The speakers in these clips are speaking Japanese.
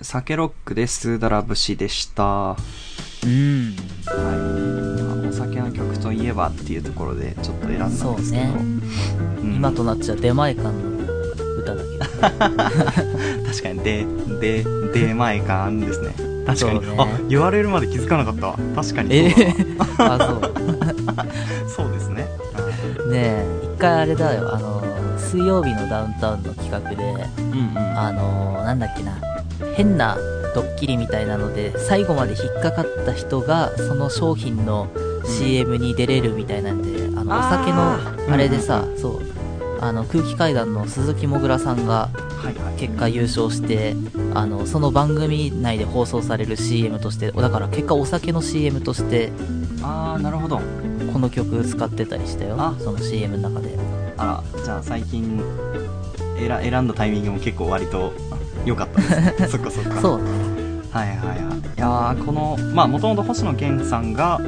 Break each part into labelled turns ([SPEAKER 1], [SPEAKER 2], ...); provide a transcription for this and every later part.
[SPEAKER 1] サケロックでスーダラ節でした。は
[SPEAKER 2] うん
[SPEAKER 1] い。まあ、お酒の曲といえばっていうところでちょっと選んだんですけど。
[SPEAKER 2] そうね
[SPEAKER 1] うん
[SPEAKER 2] 今となっちゃ出前館の歌だけど
[SPEAKER 1] 確かに、で、で、出前感です ね。確かに、
[SPEAKER 2] そうね
[SPEAKER 1] あ、言われるまで気づかなかったわ。確かに
[SPEAKER 2] え
[SPEAKER 1] そうだわ、
[SPEAKER 2] あ
[SPEAKER 1] そうですね。
[SPEAKER 2] そうねえ一回あれだよあの水曜日のダウンタウンの企画で
[SPEAKER 1] うんうん。
[SPEAKER 2] あのなんだっけな変なドッキリみたいなので最後まで引っかかった人がその商品の CM に出れるみたいなんで、あのお酒のあれでさ、そうあの空気階段の鈴木もぐらさんが
[SPEAKER 1] はいはい。
[SPEAKER 2] 結果優勝してあのその番組内で放送される CM としてだから結果お酒の CM として
[SPEAKER 1] あー、なるほど。
[SPEAKER 2] この曲使ってたりしたよ
[SPEAKER 1] あ
[SPEAKER 2] その CM の中で
[SPEAKER 1] あら、じゃあ最近、えら選んだタイミングも結構割と良かったです ね。そっかそっか。
[SPEAKER 2] そうね
[SPEAKER 1] はいはいはい。いやーこの、まあ、もともと星野源さんが、え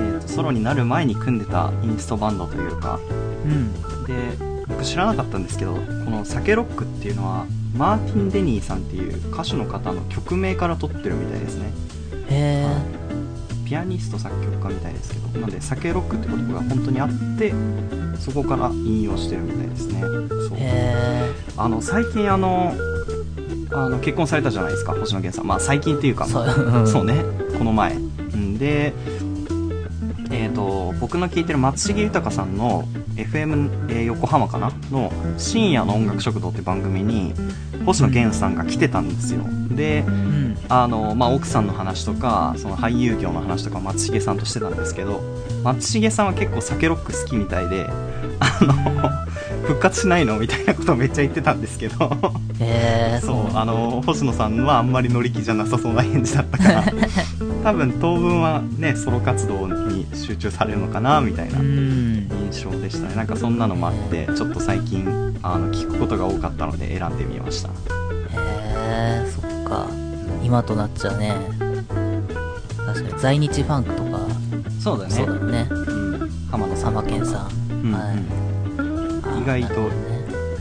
[SPEAKER 1] ーとソロになる前に組んでたインストバンドというか、
[SPEAKER 2] うん
[SPEAKER 1] で、僕知らなかったんですけど、このサケロックっていうのは、マーティン・デニーさんっていう歌手の方の曲名から取ってるみたいですね。
[SPEAKER 2] へえ
[SPEAKER 1] ピアニスト作曲家みたいですけど、なんで、サケロックって言葉が本当にあって、そこから引用してるみたいですね。そう。
[SPEAKER 2] へ
[SPEAKER 1] あの、最近あの、あの結婚されたじゃないですか、星野源さん。まあ、最近っていうか
[SPEAKER 2] え、そ う
[SPEAKER 1] そう
[SPEAKER 2] ね
[SPEAKER 1] ね、この前。うんで、えっ、と、僕の聴いてる松重豊さんの FM、えー横浜かなの深夜の音楽食堂って番組に星野源さんが来てたんですよ。で、
[SPEAKER 2] うん
[SPEAKER 1] あの、まあ、奥さんの話とか、その俳優業の話とか松重さんとしてたんですけど、松重さんは結構酒ロック好きみたいで、あの、復活しないのみたいなことをめっちゃ言ってたんですけど、
[SPEAKER 2] へえ
[SPEAKER 1] そうあの星野さんはあんまり乗り気じゃなさそうな返事だったから多分当分はねソロ活動に集中されるのかなみたいな
[SPEAKER 2] うん
[SPEAKER 1] 印象でしたねなんかそんなのもあってちょっと最近あの聞くことが多かったので選んでみました
[SPEAKER 2] へえそっか今となっちゃね確かに在日ファンクとか
[SPEAKER 1] そうだ
[SPEAKER 2] そうだよね
[SPEAKER 1] ん、浜野さ
[SPEAKER 2] サ
[SPEAKER 1] ん
[SPEAKER 2] マケンさ
[SPEAKER 1] うんう
[SPEAKER 2] ん、
[SPEAKER 1] ん、
[SPEAKER 2] はいあ
[SPEAKER 1] 意外と
[SPEAKER 2] なるほどね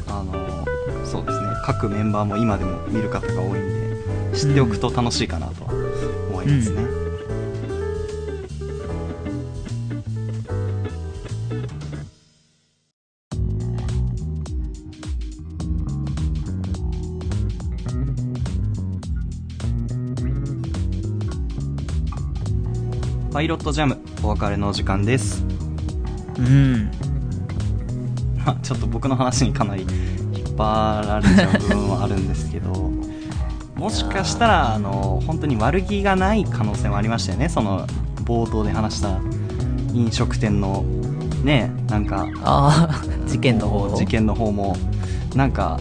[SPEAKER 1] あのそうですね各メンバーも今でも見る方が多いんで知っておくと楽しいかなと思いますね、パイロットジャムお別れのお時間です
[SPEAKER 2] うん
[SPEAKER 1] まあ ちょっと僕の話にかなり引っ張られちゃう部分はあるんですけど もしかしたらあの本当に悪気がない可能性もありましたよねその冒頭で話した飲食店のねなんか
[SPEAKER 2] ああ事件の方
[SPEAKER 1] 事件の方もなんか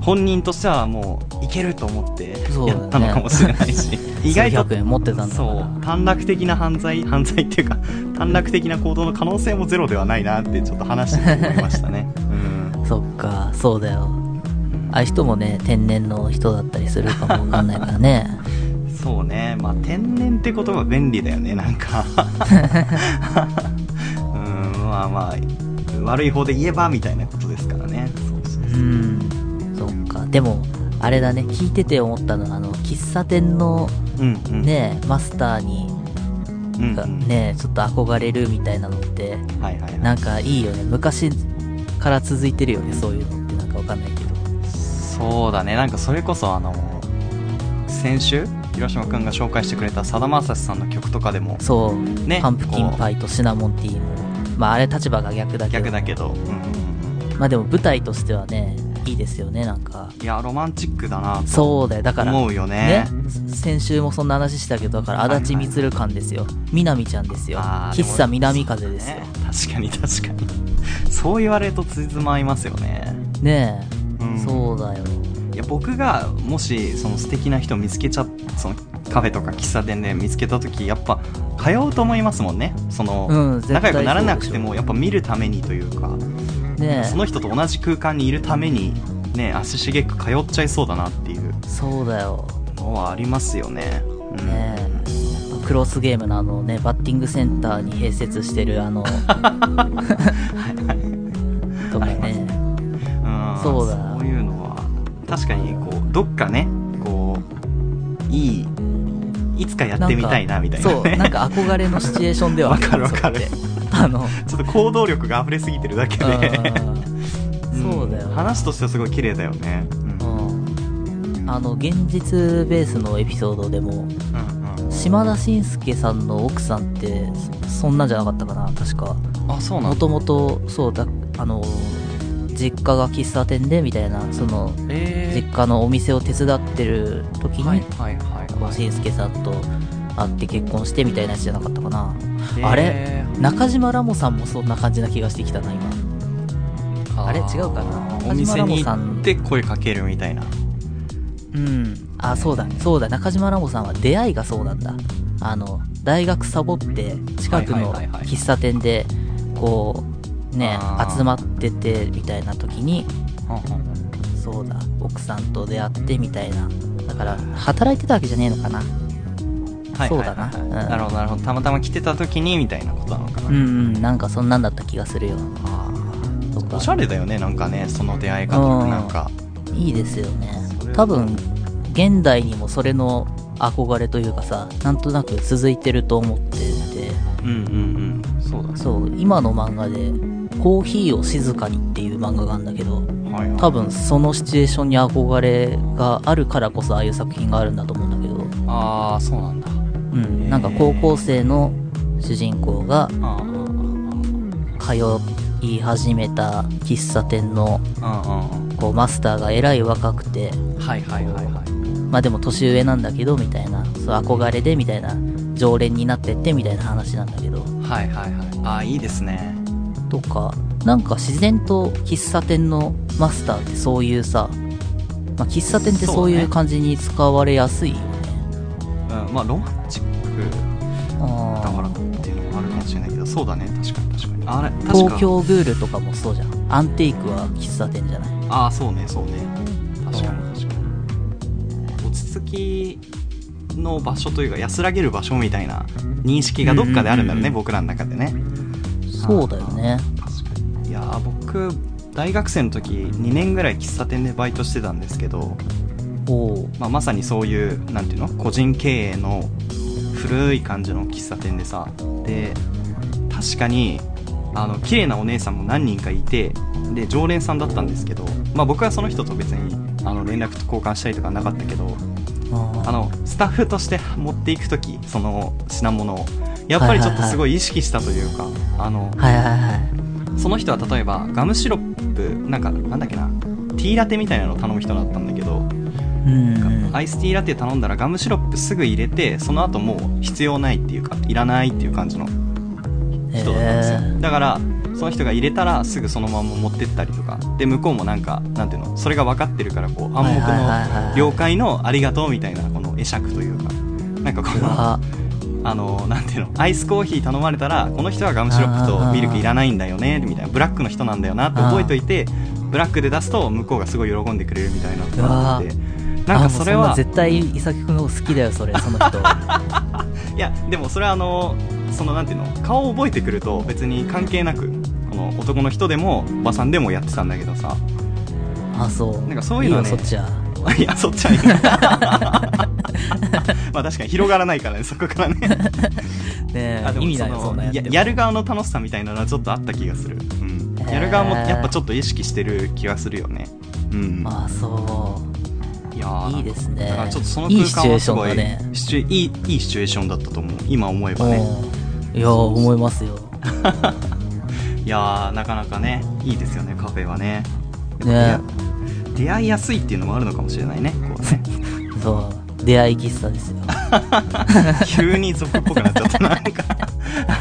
[SPEAKER 1] 本人としてはもういけると思って
[SPEAKER 2] そうだ
[SPEAKER 1] や
[SPEAKER 2] ね
[SPEAKER 1] ったのかもしれないし、 意外と
[SPEAKER 2] 数百円持ってたんだから
[SPEAKER 1] そう短絡的な犯罪 犯罪っていうか短絡的な行動の可能性もゼロではないなってちょっと話してて思いました ねうん
[SPEAKER 2] そっかそうだよああいう人もね天然の人だったりするかもわかんないからね
[SPEAKER 1] そうねまあ天然って言葉便利だよねなん かうんまあまあ悪い方で言えばみたいなことですからねそうそう
[SPEAKER 2] う
[SPEAKER 1] そうん
[SPEAKER 2] そっかでもあれだね聞いてて思ったのはあの喫茶店の
[SPEAKER 1] うんうん
[SPEAKER 2] ね、マスターに
[SPEAKER 1] うん
[SPEAKER 2] が
[SPEAKER 1] うん
[SPEAKER 2] ねちょっと憧れるみたいなのって
[SPEAKER 1] はいはいはい
[SPEAKER 2] なんかいいよね昔から続いてるよねそういうのってなんかわかんないけど
[SPEAKER 1] そうだねなんかそれこそあの先週広島くんが紹介してくれたさだまさしさんの曲とかでも
[SPEAKER 2] そう、
[SPEAKER 1] ね
[SPEAKER 2] パンプキン
[SPEAKER 1] こう
[SPEAKER 2] パイとシナモンティーもまああれ立場が逆だけど
[SPEAKER 1] 逆だけど、うんうんうん
[SPEAKER 2] まあでも舞台としてはねいいですよねなんか
[SPEAKER 1] いやロマンチックだなと
[SPEAKER 2] そうだよだから
[SPEAKER 1] 思うよね
[SPEAKER 2] 先週もそんな話したけどだから
[SPEAKER 1] はいはい
[SPEAKER 2] 足立満館ですよ南ちゃんですよ
[SPEAKER 1] あーでも
[SPEAKER 2] 喫茶南風ですよ
[SPEAKER 1] ね確かに確かにそう言われるとついつま合いますよね、
[SPEAKER 2] ね
[SPEAKER 1] う
[SPEAKER 2] え、
[SPEAKER 1] ん、
[SPEAKER 2] そうだよ
[SPEAKER 1] いや僕がもしその素敵な人を見つけちゃそのカフェとか喫茶店で見つけた時やっぱ通うと思いますもんねその、
[SPEAKER 2] うん絶対
[SPEAKER 1] 仲良くならなくてもやっぱ見るためにというか
[SPEAKER 2] ねえ
[SPEAKER 1] その人と同じ空間にいるためにね足しげく通っちゃいそうだなっていう
[SPEAKER 2] そうだよ
[SPEAKER 1] のはありますよね。うん
[SPEAKER 2] ねえやっぱクロスゲームのあのねバッティングセンターに併設してる あのとかね
[SPEAKER 1] うん
[SPEAKER 2] そうだ
[SPEAKER 1] そういうのは確かにこうどっかねこういいいつかやってみたいなみたいな、ね、
[SPEAKER 2] そうなんか憧れのシチュエーションではあ
[SPEAKER 1] わかるわかる
[SPEAKER 2] それってあの
[SPEAKER 1] ちょっと行動力が溢れすぎてるだけで、
[SPEAKER 2] うんそうだよ、
[SPEAKER 1] ん話としてはすごい綺麗だよねうんうん
[SPEAKER 2] うんあの現実ベースのエピソードでも
[SPEAKER 1] うん
[SPEAKER 2] 島田紳介さんの奥さんってそそんなんじゃなかったかな確か
[SPEAKER 1] あそうな
[SPEAKER 2] も
[SPEAKER 1] んだ
[SPEAKER 2] ともとそうだあの実家が喫茶店でみたいなその
[SPEAKER 1] え
[SPEAKER 2] 実家のお店を手伝ってる時
[SPEAKER 1] ー、はい
[SPEAKER 2] に
[SPEAKER 1] はいはい
[SPEAKER 2] こう
[SPEAKER 1] はい
[SPEAKER 2] 紳介さんと会って結婚してみたいなやつじゃなかったかな
[SPEAKER 1] えー
[SPEAKER 2] あれ中島ラモさんもそんな感じな気がしてきたな今あれ違うかな
[SPEAKER 1] お店に行って声かけるみたいな
[SPEAKER 2] うんあそうだそうだ中島ラモさんは出会いがそうなんだあの大学サボって近くの
[SPEAKER 1] はいはいはいはい
[SPEAKER 2] 喫茶店でこうね
[SPEAKER 1] あー
[SPEAKER 2] 集まっててみたいな時に
[SPEAKER 1] は
[SPEAKER 2] そうだ奥さんと出会ってみたいなだから働いてたわけじゃねえのかなそうだなうん
[SPEAKER 1] なるほどなるほどたまたま来てた時にみたいなことなのかな、
[SPEAKER 2] うんうんなんかそんなんだった気がするよ
[SPEAKER 1] あ
[SPEAKER 2] と
[SPEAKER 1] ー
[SPEAKER 2] か
[SPEAKER 1] おしゃれだよねなんかねその出会い方
[SPEAKER 2] うん
[SPEAKER 1] なんか
[SPEAKER 2] いいですよね
[SPEAKER 1] それは
[SPEAKER 2] 多分現代にもそれの憧れというかさなんとなく続いてると思ってて
[SPEAKER 1] うんうんうんそうだね
[SPEAKER 2] そう今の漫画で「コーヒーを静かに」っていう漫画があるんだけど
[SPEAKER 1] はいはい
[SPEAKER 2] 多分そのシチュエーションに憧れがあるからこそああいう作品があるんだと思うんだけど
[SPEAKER 1] ああそうなんだ
[SPEAKER 2] うんなんか高校生の主人公が
[SPEAKER 1] あー
[SPEAKER 2] 通い始めた喫茶店の
[SPEAKER 1] あーあーうんうん
[SPEAKER 2] こうマスターがえらい若くて
[SPEAKER 1] うんはいはいはいはい
[SPEAKER 2] まあでも年上なんだけどみたいなそう憧れでみたいな常連になってってみたいな話なんだけど
[SPEAKER 1] はいはいはいああいいですね
[SPEAKER 2] とかなんか自然と喫茶店のマスターってそういうさ、まあ、喫茶店ってそう
[SPEAKER 1] そう
[SPEAKER 2] い
[SPEAKER 1] ね
[SPEAKER 2] う感じに使われやすいよね
[SPEAKER 1] うんまあロマンチックだ
[SPEAKER 2] あ
[SPEAKER 1] からっていうのもあるかもしれないけどそうだね確かに確かにあれ確
[SPEAKER 2] ー
[SPEAKER 1] か
[SPEAKER 2] 東京ブールとかもそうじゃんアンティークは喫茶店じゃない
[SPEAKER 1] ああそうねそうね確かに確かに落ち着きの場所というか安らげる場所みたいな認識がどっかであるんだろうね、
[SPEAKER 2] うんうんうんうん
[SPEAKER 1] 僕らの中でね
[SPEAKER 2] そうだよね
[SPEAKER 1] 確かにいやー僕大学生の時2年ぐらい喫茶店でバイトしてたんですけど、
[SPEAKER 2] おう
[SPEAKER 1] まあ、まさにそういうなんていうの個人経営の古い感じの喫茶店でさで確かにあの綺麗なお姉さんも何人かいてで常連さんだったんですけど、まあ、僕はその人と別にあの連絡交換したりとかなかったけどあ
[SPEAKER 2] あ
[SPEAKER 1] のスタッフとして持っていく時その品物をやっぱりちょっとすごい意識したというか、あの
[SPEAKER 2] ーはいはいはい
[SPEAKER 1] その人は例えばガムシロップなんかなんだっけなティーラテみたいなのを頼む人だったんだけど
[SPEAKER 2] うん
[SPEAKER 1] アイスティーラテ頼んだらガムシロップすぐ入れてその後もう必要ないっていうかいらないっていう感じの人だったんですよ、
[SPEAKER 2] え
[SPEAKER 1] だからその人が入れたらすぐそのまま持ってったりとかで向こうもなんかなんていうのそれが分かってるからこう
[SPEAKER 2] ー
[SPEAKER 1] 暗黙
[SPEAKER 2] はいはい
[SPEAKER 1] の
[SPEAKER 2] はいはい
[SPEAKER 1] 了解のありがとうみたいなこの会釈というかなんかこ
[SPEAKER 2] う
[SPEAKER 1] の
[SPEAKER 2] わ
[SPEAKER 1] あのなんていうのアイスコーヒー頼まれたらこの人はガムシロップとミルクいらないんだよねみたいなブラックの人なんだよなって覚えといてブラックで出すと向こうがすごい喜んでくれるみたいなとかあってなん
[SPEAKER 2] あ
[SPEAKER 1] か
[SPEAKER 2] もう
[SPEAKER 1] それは
[SPEAKER 2] んな絶対伊崎くんの方好きだ よそれその人
[SPEAKER 1] いやでもそれはあのそのなんていうの顔を覚えてくると別に関係なくこの男の人でもおばさんでもやってたんだけどさ
[SPEAKER 2] あそう
[SPEAKER 1] なんかそういうのね
[SPEAKER 2] いよそっちはい
[SPEAKER 1] やそっちはいいよ まあ確かに広がらないからねそこからね
[SPEAKER 2] ね
[SPEAKER 1] あで
[SPEAKER 2] え
[SPEAKER 1] も
[SPEAKER 2] 意味
[SPEAKER 1] そ
[SPEAKER 2] ないよそん
[SPEAKER 1] の
[SPEAKER 2] なんや
[SPEAKER 1] や
[SPEAKER 2] っても
[SPEAKER 1] やる側の楽しさみたいなのはちょっとあった気がする、うん、
[SPEAKER 2] へー
[SPEAKER 1] やる側もやっぱちょっと意識してる気がするよねうん
[SPEAKER 2] あそう
[SPEAKER 1] いやー
[SPEAKER 2] いいですね
[SPEAKER 1] だからちょっとその空間はすごい
[SPEAKER 2] いいシチュエーションだ
[SPEAKER 1] シチュ
[SPEAKER 2] ね
[SPEAKER 1] エいいいいシチュエーションだったと思う今思えばね
[SPEAKER 2] うんいやー思いますよ
[SPEAKER 1] いやーなかなかねいいですよねカフェはね
[SPEAKER 2] ね
[SPEAKER 1] やっぱ出会出会いやすいっていうのもあるのかもしれないねこうね
[SPEAKER 2] そう出会い喫茶で すよ
[SPEAKER 1] 急に俗っぽくなっち ゃったなんか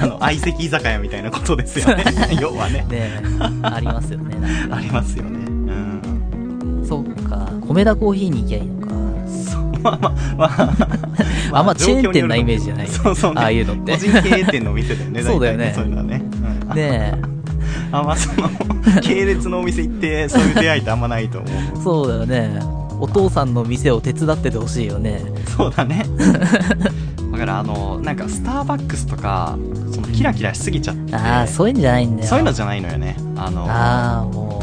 [SPEAKER 1] あの相席居酒屋みたいなことですよ ね要はね
[SPEAKER 2] ねえありますよねなんか
[SPEAKER 1] ありますよねうん
[SPEAKER 2] そうか米田コーヒーに行きゃいいのか
[SPEAKER 1] そうまあまあまあ、ま
[SPEAKER 2] あんまチェーン店なイメージじゃないよね
[SPEAKER 1] そうそう、ね、
[SPEAKER 2] ああいうのって
[SPEAKER 1] 個人経営店のお店だよね
[SPEAKER 2] そうだよね
[SPEAKER 1] 大体そういうのはね、うん
[SPEAKER 2] ね
[SPEAKER 1] あんまそ の系列のお店行ってそういう出会いってあんまないと思う
[SPEAKER 2] えそうだよねお父さんの店を手伝っててほしいよね
[SPEAKER 1] そうだ ねだからあのなんかスターバックスとかそのキラキラしすぎちゃって
[SPEAKER 2] ああそういうんじゃないんだよ
[SPEAKER 1] そういうの
[SPEAKER 2] ゃ
[SPEAKER 1] じゃないのよねあの
[SPEAKER 2] ああも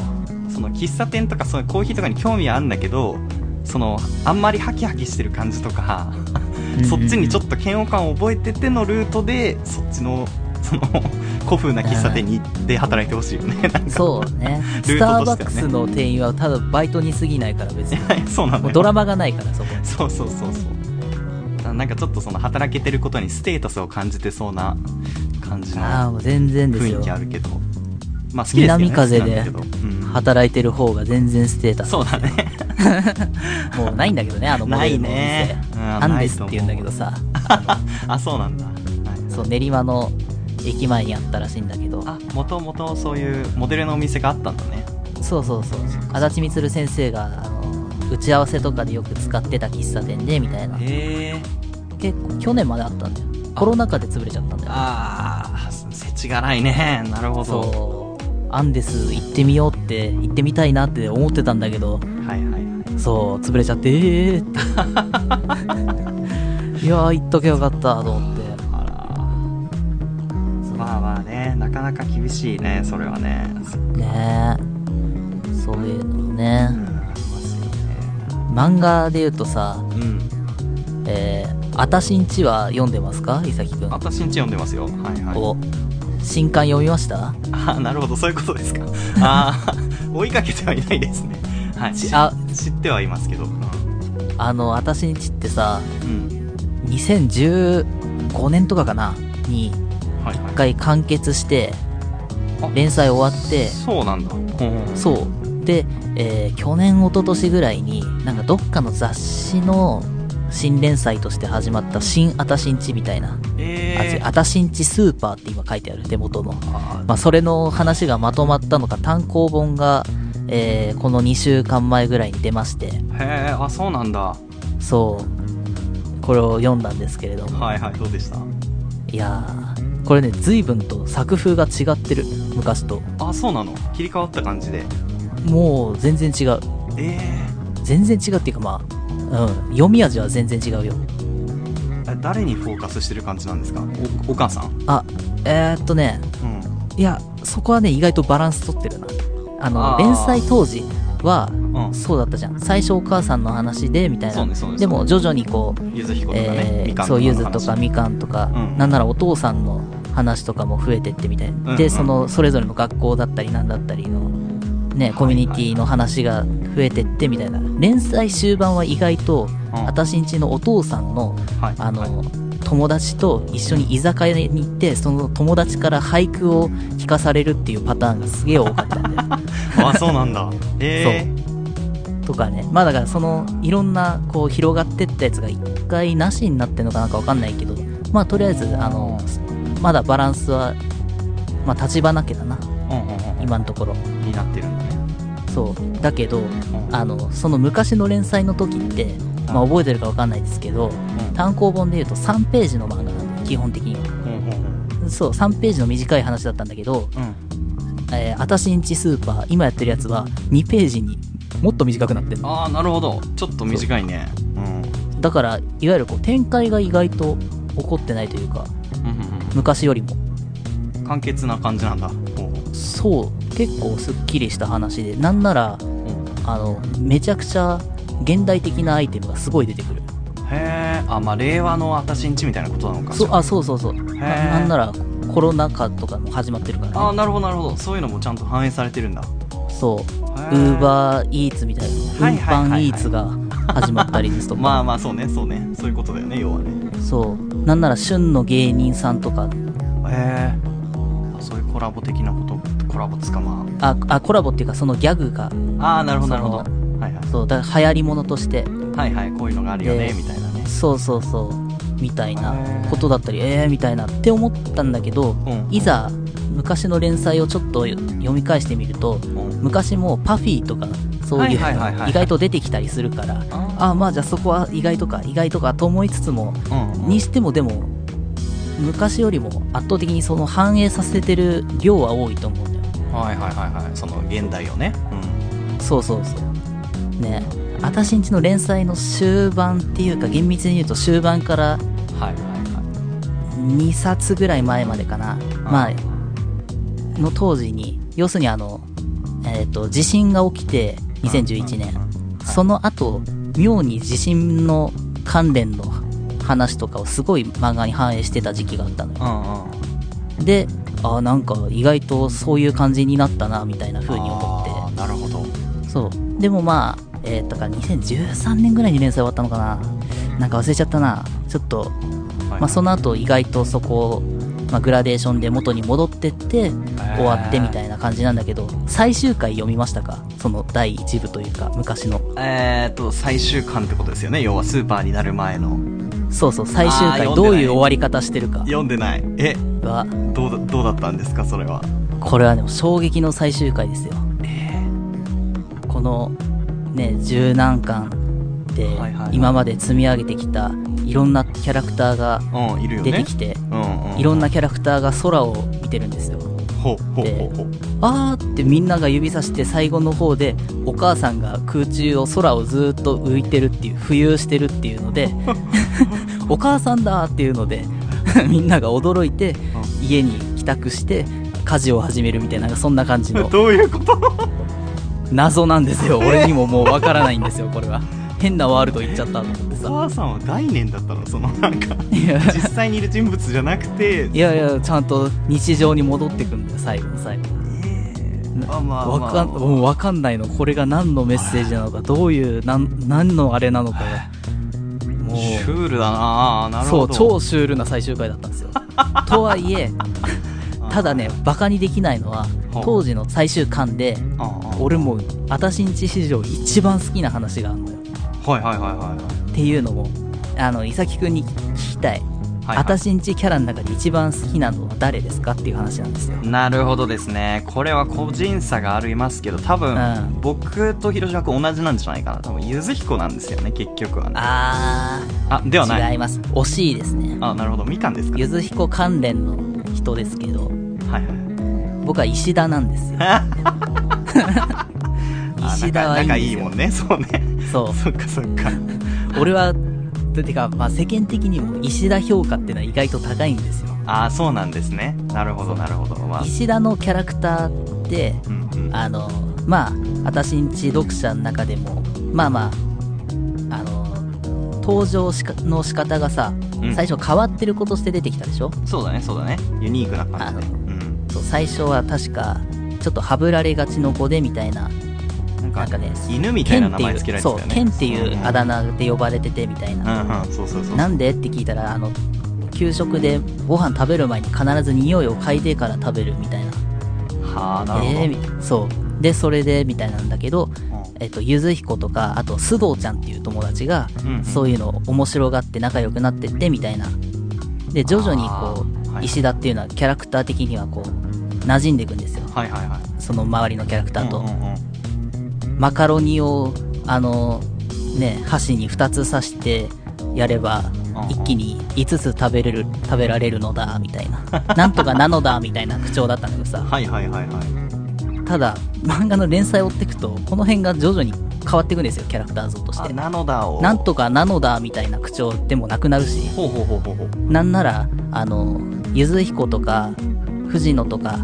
[SPEAKER 1] その喫茶店とかそういうコーヒーとかに興味はあるんだけどそのあんまりハキハキしてる感じとか、
[SPEAKER 2] うん
[SPEAKER 1] そっちにちょ
[SPEAKER 2] と
[SPEAKER 1] っと嫌悪感を覚えててのルートでそっちの その古風な喫茶店に行って働いてほしいよね なんか
[SPEAKER 2] そうね
[SPEAKER 1] ル
[SPEAKER 2] スタ
[SPEAKER 1] ー
[SPEAKER 2] ー
[SPEAKER 1] トと
[SPEAKER 2] バ
[SPEAKER 1] してはね
[SPEAKER 2] ックスの店員はただバイトに過ぎないから別に
[SPEAKER 1] そうなんだ
[SPEAKER 2] も
[SPEAKER 1] よ
[SPEAKER 2] うドラマがないからそこに
[SPEAKER 1] そうそうそうそうななんかちょっとその働けてることにステータスを感じてそうな感じの
[SPEAKER 2] ああもう全然です
[SPEAKER 1] 雰
[SPEAKER 2] よ
[SPEAKER 1] 囲気あるけどまあ好きですけどね
[SPEAKER 2] 南風で
[SPEAKER 1] 好きなんだけどうん
[SPEAKER 2] 働いてる方が全然ステータス
[SPEAKER 1] そうだね
[SPEAKER 2] もう ないんだけどねあのモ
[SPEAKER 1] な
[SPEAKER 2] デル
[SPEAKER 1] い
[SPEAKER 2] のお店
[SPEAKER 1] ねうん
[SPEAKER 2] アンデスっ
[SPEAKER 1] な
[SPEAKER 2] て
[SPEAKER 1] いと思
[SPEAKER 2] 言うんだけどさ
[SPEAKER 1] あそうなんだ、はい、
[SPEAKER 2] そう練馬の駅前にあったらしいんだけど
[SPEAKER 1] あもともとそういうモデルのお店があったんだね
[SPEAKER 2] そうそうそう足立満先生があの打ち合わせとかでよく使ってた喫茶店でみたいな
[SPEAKER 1] へえ
[SPEAKER 2] 結構去年まであったんだよコロナ禍で潰れちゃったんだよ
[SPEAKER 1] あーせちがらいね なるほど
[SPEAKER 2] そうアンデス行ってみようって行ってみたいなって思ってたんだけど
[SPEAKER 1] はいはいはい
[SPEAKER 2] そう潰れちゃってええー、って いやー行っとけよかったと思って
[SPEAKER 1] あらまあまあねなかなか厳しいねそれはね
[SPEAKER 2] ねえそういうのね
[SPEAKER 1] ありますよね
[SPEAKER 2] 漫画で言うとさ
[SPEAKER 1] うん
[SPEAKER 2] えー、あたしんちは読んでますかいさきくん
[SPEAKER 1] 私んち読んでますよはいはい
[SPEAKER 2] お新刊読みました
[SPEAKER 1] ああなるほどそういうことです かああ追いかけてはいないですねはいし
[SPEAKER 2] あ
[SPEAKER 1] 知ってはいますけどう
[SPEAKER 2] あのあたしんちってさ
[SPEAKER 1] ん
[SPEAKER 2] 2015年とかかなに
[SPEAKER 1] はいはい
[SPEAKER 2] 一回完結して
[SPEAKER 1] あ
[SPEAKER 2] 連載終わって
[SPEAKER 1] そうなんだう
[SPEAKER 2] そうで、えー去年一昨年ぐらいになんかどっかの雑誌の新連載として始まった新あたしんちみたいな、あ違
[SPEAKER 1] え
[SPEAKER 2] う
[SPEAKER 1] ー、
[SPEAKER 2] あたしんちスーパーって今書いてある手元の
[SPEAKER 1] あ
[SPEAKER 2] まあ、それの話がまとまったのか単行本が、えーこの2週間前ぐらいに出まして
[SPEAKER 1] へえあそうなんだ
[SPEAKER 2] そうこれを読んだんですけれども
[SPEAKER 1] はいはいどうでした
[SPEAKER 2] いやーこれね随分と作風が違ってる昔と
[SPEAKER 1] あそうなの切り替わった感じで
[SPEAKER 2] もう全然違う
[SPEAKER 1] ええ
[SPEAKER 2] 全然違うっていうかまあ、うん、読み味は全然違うよ
[SPEAKER 1] あ誰にフォーカスしてる感じなんですかおお母さん
[SPEAKER 2] あえー、っとね
[SPEAKER 1] うん
[SPEAKER 2] いやそこはね意外とバランス取ってるなあの
[SPEAKER 1] あー
[SPEAKER 2] 連載当時は
[SPEAKER 1] うん
[SPEAKER 2] そうだったじゃん最初お母さんの話でみたい
[SPEAKER 1] そう
[SPEAKER 2] な
[SPEAKER 1] ねそうね
[SPEAKER 2] でも徐々にこう
[SPEAKER 1] ゆず彦とかね、みかんとか
[SPEAKER 2] そう
[SPEAKER 1] の話
[SPEAKER 2] ゆずとかみかんとか、
[SPEAKER 1] うん
[SPEAKER 2] なんならお父さんの話とかも増えてってみたい、
[SPEAKER 1] うんう
[SPEAKER 2] で
[SPEAKER 1] ん
[SPEAKER 2] そのそれぞれの学校だったりなんだったりのねコミュニティの話が増えてってみたいな連載終盤は意外と、
[SPEAKER 1] うん
[SPEAKER 2] 私んちのお父さんの
[SPEAKER 1] はい
[SPEAKER 2] あの、
[SPEAKER 1] はい
[SPEAKER 2] 友達と一緒に居酒屋に行ってその友達から俳句を聞かされるっていうパターンがすげえ多かったんだよ
[SPEAKER 1] あそうなん だええ
[SPEAKER 2] とかねまあだからそのいろんなこう広がってったやつが一回なしになってんのかなんかわかんないけどまあとりあえずあのまだバランスはまあ立ち花家だな
[SPEAKER 1] うんうん
[SPEAKER 2] 今のところ
[SPEAKER 1] うんになってるんだね
[SPEAKER 2] そうだけど
[SPEAKER 1] うん
[SPEAKER 2] あのその昔の連載の時ってまあ覚えてるかわかんないですけど単行本でいうと3ページの漫画なんで基本的には
[SPEAKER 1] うんうんうん
[SPEAKER 2] そう3ページの短い話だったんだけど
[SPEAKER 1] うん
[SPEAKER 2] 「えー、あたしんちスーパー」今やってるやつは2ページにもっと短くなってる
[SPEAKER 1] ああなるほどちょっと短いねうん
[SPEAKER 2] だからいわゆるこう展開が意外と起こってないというか
[SPEAKER 1] うんうん
[SPEAKER 2] 昔よりも
[SPEAKER 1] うん簡潔な感じなんだほう
[SPEAKER 2] そう結構すっきりした話でなんなら
[SPEAKER 1] ほう
[SPEAKER 2] あのめちゃくちゃ現代的なアイテムがすごい出てくる
[SPEAKER 1] へえあまあ令和の私んちみたいなことなのか
[SPEAKER 2] そうあそうそうそう
[SPEAKER 1] ー
[SPEAKER 2] ななんならコロナ禍とかも始まってるから、
[SPEAKER 1] あ
[SPEAKER 2] ね、
[SPEAKER 1] ーなるほどなるほどそういうのもちゃんと反映されてるんだ
[SPEAKER 2] そうウ
[SPEAKER 1] へ
[SPEAKER 2] ーバーイーツみたいな
[SPEAKER 1] はい
[SPEAKER 2] 運
[SPEAKER 1] はいはいは
[SPEAKER 2] 搬
[SPEAKER 1] い
[SPEAKER 2] イーツが始まったりですとか、
[SPEAKER 1] まあまあそうねそうねそういうことだよね要はね
[SPEAKER 2] そうなんなら旬の芸人さんとか
[SPEAKER 1] へえそういうコラボ的なことコラボつかま
[SPEAKER 2] ああコラボっていうかそのギャグが
[SPEAKER 1] ああーなるほどなるほど
[SPEAKER 2] そ
[SPEAKER 1] はいはい
[SPEAKER 2] そうだから流行りものとして
[SPEAKER 1] はいはいこういうのがあるよね
[SPEAKER 2] で
[SPEAKER 1] みたいなね
[SPEAKER 2] そうそうそうみたいなことだったりえー、みたいなって思ったんだけど、
[SPEAKER 1] うん
[SPEAKER 2] いざ昔の連載をちょっと読み返してみると
[SPEAKER 1] うん
[SPEAKER 2] 昔もパフィーとかそういうの
[SPEAKER 1] はいはいはいは
[SPEAKER 2] が
[SPEAKER 1] い
[SPEAKER 2] 意外と出てきたりするから
[SPEAKER 1] あ
[SPEAKER 2] あまあじゃあそこは意外とか意外とかと思いつつも
[SPEAKER 1] うんうん
[SPEAKER 2] にしてもでも昔よりも圧倒的にその反映させてる量は多いと思うんだよ
[SPEAKER 1] はいはいはいはいその現代をね
[SPEAKER 2] そうそうそうね私んちの連載の終盤っていうか厳密に言うと終盤から
[SPEAKER 1] うんはいはいは
[SPEAKER 2] 2冊ぐらい前までかな、
[SPEAKER 1] い
[SPEAKER 2] まあ、の当時に要するにあの、えっと地震が起きて2011年、
[SPEAKER 1] うんうんうんはい
[SPEAKER 2] その後妙に地震の関連の話とかをすごい漫画に反映してた時期があったのよ
[SPEAKER 1] うんうん
[SPEAKER 2] であーなんか意外とそういう感じになったなみたいな風に思って
[SPEAKER 1] あーなるほど
[SPEAKER 2] そうでもまあえー、とか2013年ぐらいに連載終わったのかななんか忘れちゃったなちょっと、まあ、そ
[SPEAKER 1] の
[SPEAKER 2] の後意外とそこを、まあ、グラデーションで元に戻ってって終わってみたいな感じなんだけど最終回読みましたかその第1部というか昔の
[SPEAKER 1] えー、っと最終巻ってことですよね要はスーパーになる前の
[SPEAKER 2] そうそう最終
[SPEAKER 1] あー
[SPEAKER 2] 回
[SPEAKER 1] 読んで
[SPEAKER 2] ど
[SPEAKER 1] な
[SPEAKER 2] う
[SPEAKER 1] い
[SPEAKER 2] いう終わり方してるか
[SPEAKER 1] 読んでないえ
[SPEAKER 2] は
[SPEAKER 1] どうだどうだったんですかそれは
[SPEAKER 2] これはでも衝撃の最終回ですよこのね十何巻で
[SPEAKER 1] はいはいはい
[SPEAKER 2] 今まで積み上げてきたいろんなキャラクターが
[SPEAKER 1] うんいるよね
[SPEAKER 2] 出てきて
[SPEAKER 1] うんうん、
[SPEAKER 2] いろん
[SPEAKER 1] な
[SPEAKER 2] なキャラクターが空を見てるんですよ
[SPEAKER 1] ほうほうほうほう
[SPEAKER 2] あーってみんなが指さして最後の方でお母さんが空中を空をずーっと浮いてるっていう浮遊してるっていう のでお母さんだーっていうのでみんなが驚いて家に帰宅して家事を始めるみたいなそんな感じ の
[SPEAKER 1] どういうこと
[SPEAKER 2] 謎なんですよ俺にももうわからないんですよこれは変なワールド行っちゃったと思って
[SPEAKER 1] お
[SPEAKER 2] さ
[SPEAKER 1] 母さんは概念だったのそのなん か
[SPEAKER 2] いや
[SPEAKER 1] 実際にいる人物じゃなくて
[SPEAKER 2] いやいやちゃんと日常に戻ってくんだよ最後の最後
[SPEAKER 1] まあまあまあ
[SPEAKER 2] わかんもうわかんないのこれが何のメッセージなのかどういうなん何のあれなのかがも
[SPEAKER 1] シ
[SPEAKER 2] う
[SPEAKER 1] ュールだななる
[SPEAKER 2] そ
[SPEAKER 1] ほ
[SPEAKER 2] う
[SPEAKER 1] ど
[SPEAKER 2] 超シュールな最終回だったんです よとはいえただねバカにできないのは
[SPEAKER 1] ほう
[SPEAKER 2] 当時の最終巻で
[SPEAKER 1] ああ
[SPEAKER 2] 俺もう私んち史上一番好きな話があるのよ
[SPEAKER 1] はいはいはいはいはい
[SPEAKER 2] っていうのもあの伊崎くんに聞きたい、
[SPEAKER 1] はい
[SPEAKER 2] 私んちキャラの中で一番好きなのは誰ですかっていう話なんですよ
[SPEAKER 1] なるほどですねこれは個人差がありますけど多分、
[SPEAKER 2] うん
[SPEAKER 1] 僕と広島君同じなんじゃないかな多分ゆずひこなんですよね結局はね
[SPEAKER 2] あ
[SPEAKER 1] あではな
[SPEAKER 2] ー違
[SPEAKER 1] い
[SPEAKER 2] います惜しいですね
[SPEAKER 1] あなるほどみかんですか
[SPEAKER 2] ゆずひこ関連の人ですけど
[SPEAKER 1] はいはい
[SPEAKER 2] 僕は石田なんですよ
[SPEAKER 1] あ
[SPEAKER 2] 石田は
[SPEAKER 1] 仲
[SPEAKER 2] いいんですよ
[SPEAKER 1] 仲いいもんねそうね
[SPEAKER 2] そ
[SPEAKER 1] そっかそっか
[SPEAKER 2] う俺はてか、まあ、世間的にも石田評価ってのは意外と高いんですよ
[SPEAKER 1] ああそうなんですねなるほどなるほどまあ
[SPEAKER 2] 石田のキャラクターって
[SPEAKER 1] うんうん
[SPEAKER 2] あのまあ私んち読者の中でもまあまああの登場しかの仕方がさ、
[SPEAKER 1] うん
[SPEAKER 2] 最初変わってる子として出てきたでしょ
[SPEAKER 1] そうだねそうだねユニークな感じで
[SPEAKER 2] あ
[SPEAKER 1] うん
[SPEAKER 2] そう最初は確かちょっとはぶられがちの子でみたいな
[SPEAKER 1] なんか
[SPEAKER 2] なんかね
[SPEAKER 1] 犬みたい
[SPEAKER 2] ケン
[SPEAKER 1] な
[SPEAKER 2] っ
[SPEAKER 1] 名
[SPEAKER 2] てい
[SPEAKER 1] 前つけられてた
[SPEAKER 2] うそ
[SPEAKER 1] よ
[SPEAKER 2] う
[SPEAKER 1] ね
[SPEAKER 2] ケンっていうあだ
[SPEAKER 1] 名
[SPEAKER 2] 名で呼ばれててみたいな、
[SPEAKER 1] うんうんそうそうそう
[SPEAKER 2] なんでって聞いたらあの給食でご飯食べる前に必ず匂いを嗅いでから食べるみたいな
[SPEAKER 1] はあなるほど、
[SPEAKER 2] えーみそうでそれでみたいなんだけど、えっと、ゆずひことかあと須藤ちゃんっていう友達が、
[SPEAKER 1] うんうん
[SPEAKER 2] そういうのを面白がって仲良くなってってみたいなで徐々にこ
[SPEAKER 1] あー
[SPEAKER 2] う、
[SPEAKER 1] はい
[SPEAKER 2] 石田っていうのはキャラクター的にはこう馴染んでいくんですよ
[SPEAKER 1] はいはいはい
[SPEAKER 2] その周りのキャラクターと、
[SPEAKER 1] うんうんうん
[SPEAKER 2] マカロニをあのね箸に2つ刺してやれば
[SPEAKER 1] うんうん
[SPEAKER 2] 一気に5つ食べれる食べられるのだみたいな なんとかなのだみたいな口調だったんだけどさ
[SPEAKER 1] はいはいはいはい
[SPEAKER 2] ただ漫画の連載を追っていくとこの辺が徐々に変わっていくんですよキャラクター像とし
[SPEAKER 1] あ
[SPEAKER 2] て
[SPEAKER 1] なのだを
[SPEAKER 2] なんとかなのだみたいな口調でもなくなるし
[SPEAKER 1] ほうほうほうほうほう
[SPEAKER 2] なんならあのゆずひことか藤野とか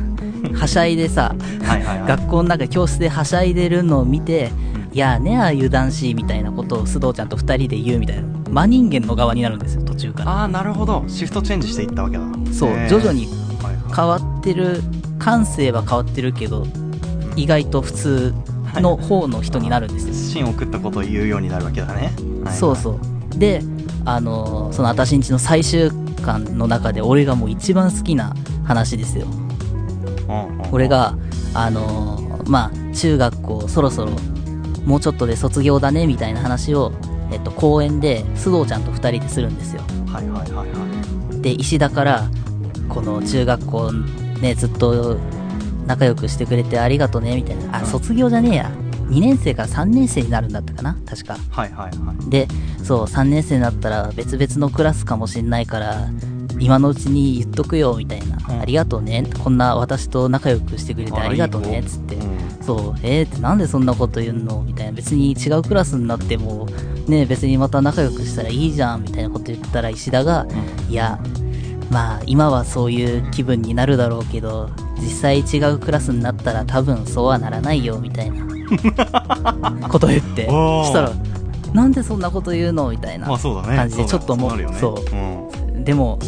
[SPEAKER 2] はしゃいでさ
[SPEAKER 1] はいはいはい
[SPEAKER 2] 学校の中教室ではしゃいでるのを見て、いやーねああいう男子みたいなことを須藤ちゃんと二人で言うみたいな真人間の側になるんですよ途中から
[SPEAKER 1] ああなるほどシフトチェンジしていったわけだ
[SPEAKER 2] そう
[SPEAKER 1] へー
[SPEAKER 2] 徐々に
[SPEAKER 1] はいはい
[SPEAKER 2] 変わってる感性は変わってるけど意外と普通の方の人になるんですよ、
[SPEAKER 1] 芯を食ったことを言うようになるわけだね、はい、
[SPEAKER 2] そうそうであのーその私んちの最終巻の中で俺がもう一番好きな話ですよ
[SPEAKER 1] うんうんうん
[SPEAKER 2] 俺があのーまあ中学校そろそろもうちょっとで卒業だねみたいな話を、えっと、公園で須藤ちゃんと2人でするんですよ
[SPEAKER 1] はいはいはいはい
[SPEAKER 2] で石田からこの中学校ねずっと仲良くしてくれてありがとねみたいなあ卒業じゃねえや2年生から3年生になるんだったかな確か
[SPEAKER 1] はいはいはい
[SPEAKER 2] でそう3年生になったら別々のクラスかもしんないから今のうちに言っとくよみたいな、
[SPEAKER 1] うん
[SPEAKER 2] ありがとうねこんな私と仲良くしてくれてありがとうね
[SPEAKER 1] あいい
[SPEAKER 2] っ
[SPEAKER 1] 子
[SPEAKER 2] つって
[SPEAKER 1] うん
[SPEAKER 2] そうえー、ってなんでそんなこと言うのみたいな別に違うクラスになってもね別にまた仲良くしたらいいじゃんみたいなこと言ったら石田がいやまあ今はそういう気分になるだろうけど実際違うクラスになったら多分そうはならないよみたいなことを言って
[SPEAKER 1] おー
[SPEAKER 2] したらなんでそんなこと言うのみたいな
[SPEAKER 1] まあそうだね
[SPEAKER 2] 感じでちょっとも
[SPEAKER 1] そうだね
[SPEAKER 2] そ
[SPEAKER 1] そう
[SPEAKER 2] う
[SPEAKER 1] なるよね
[SPEAKER 2] でも、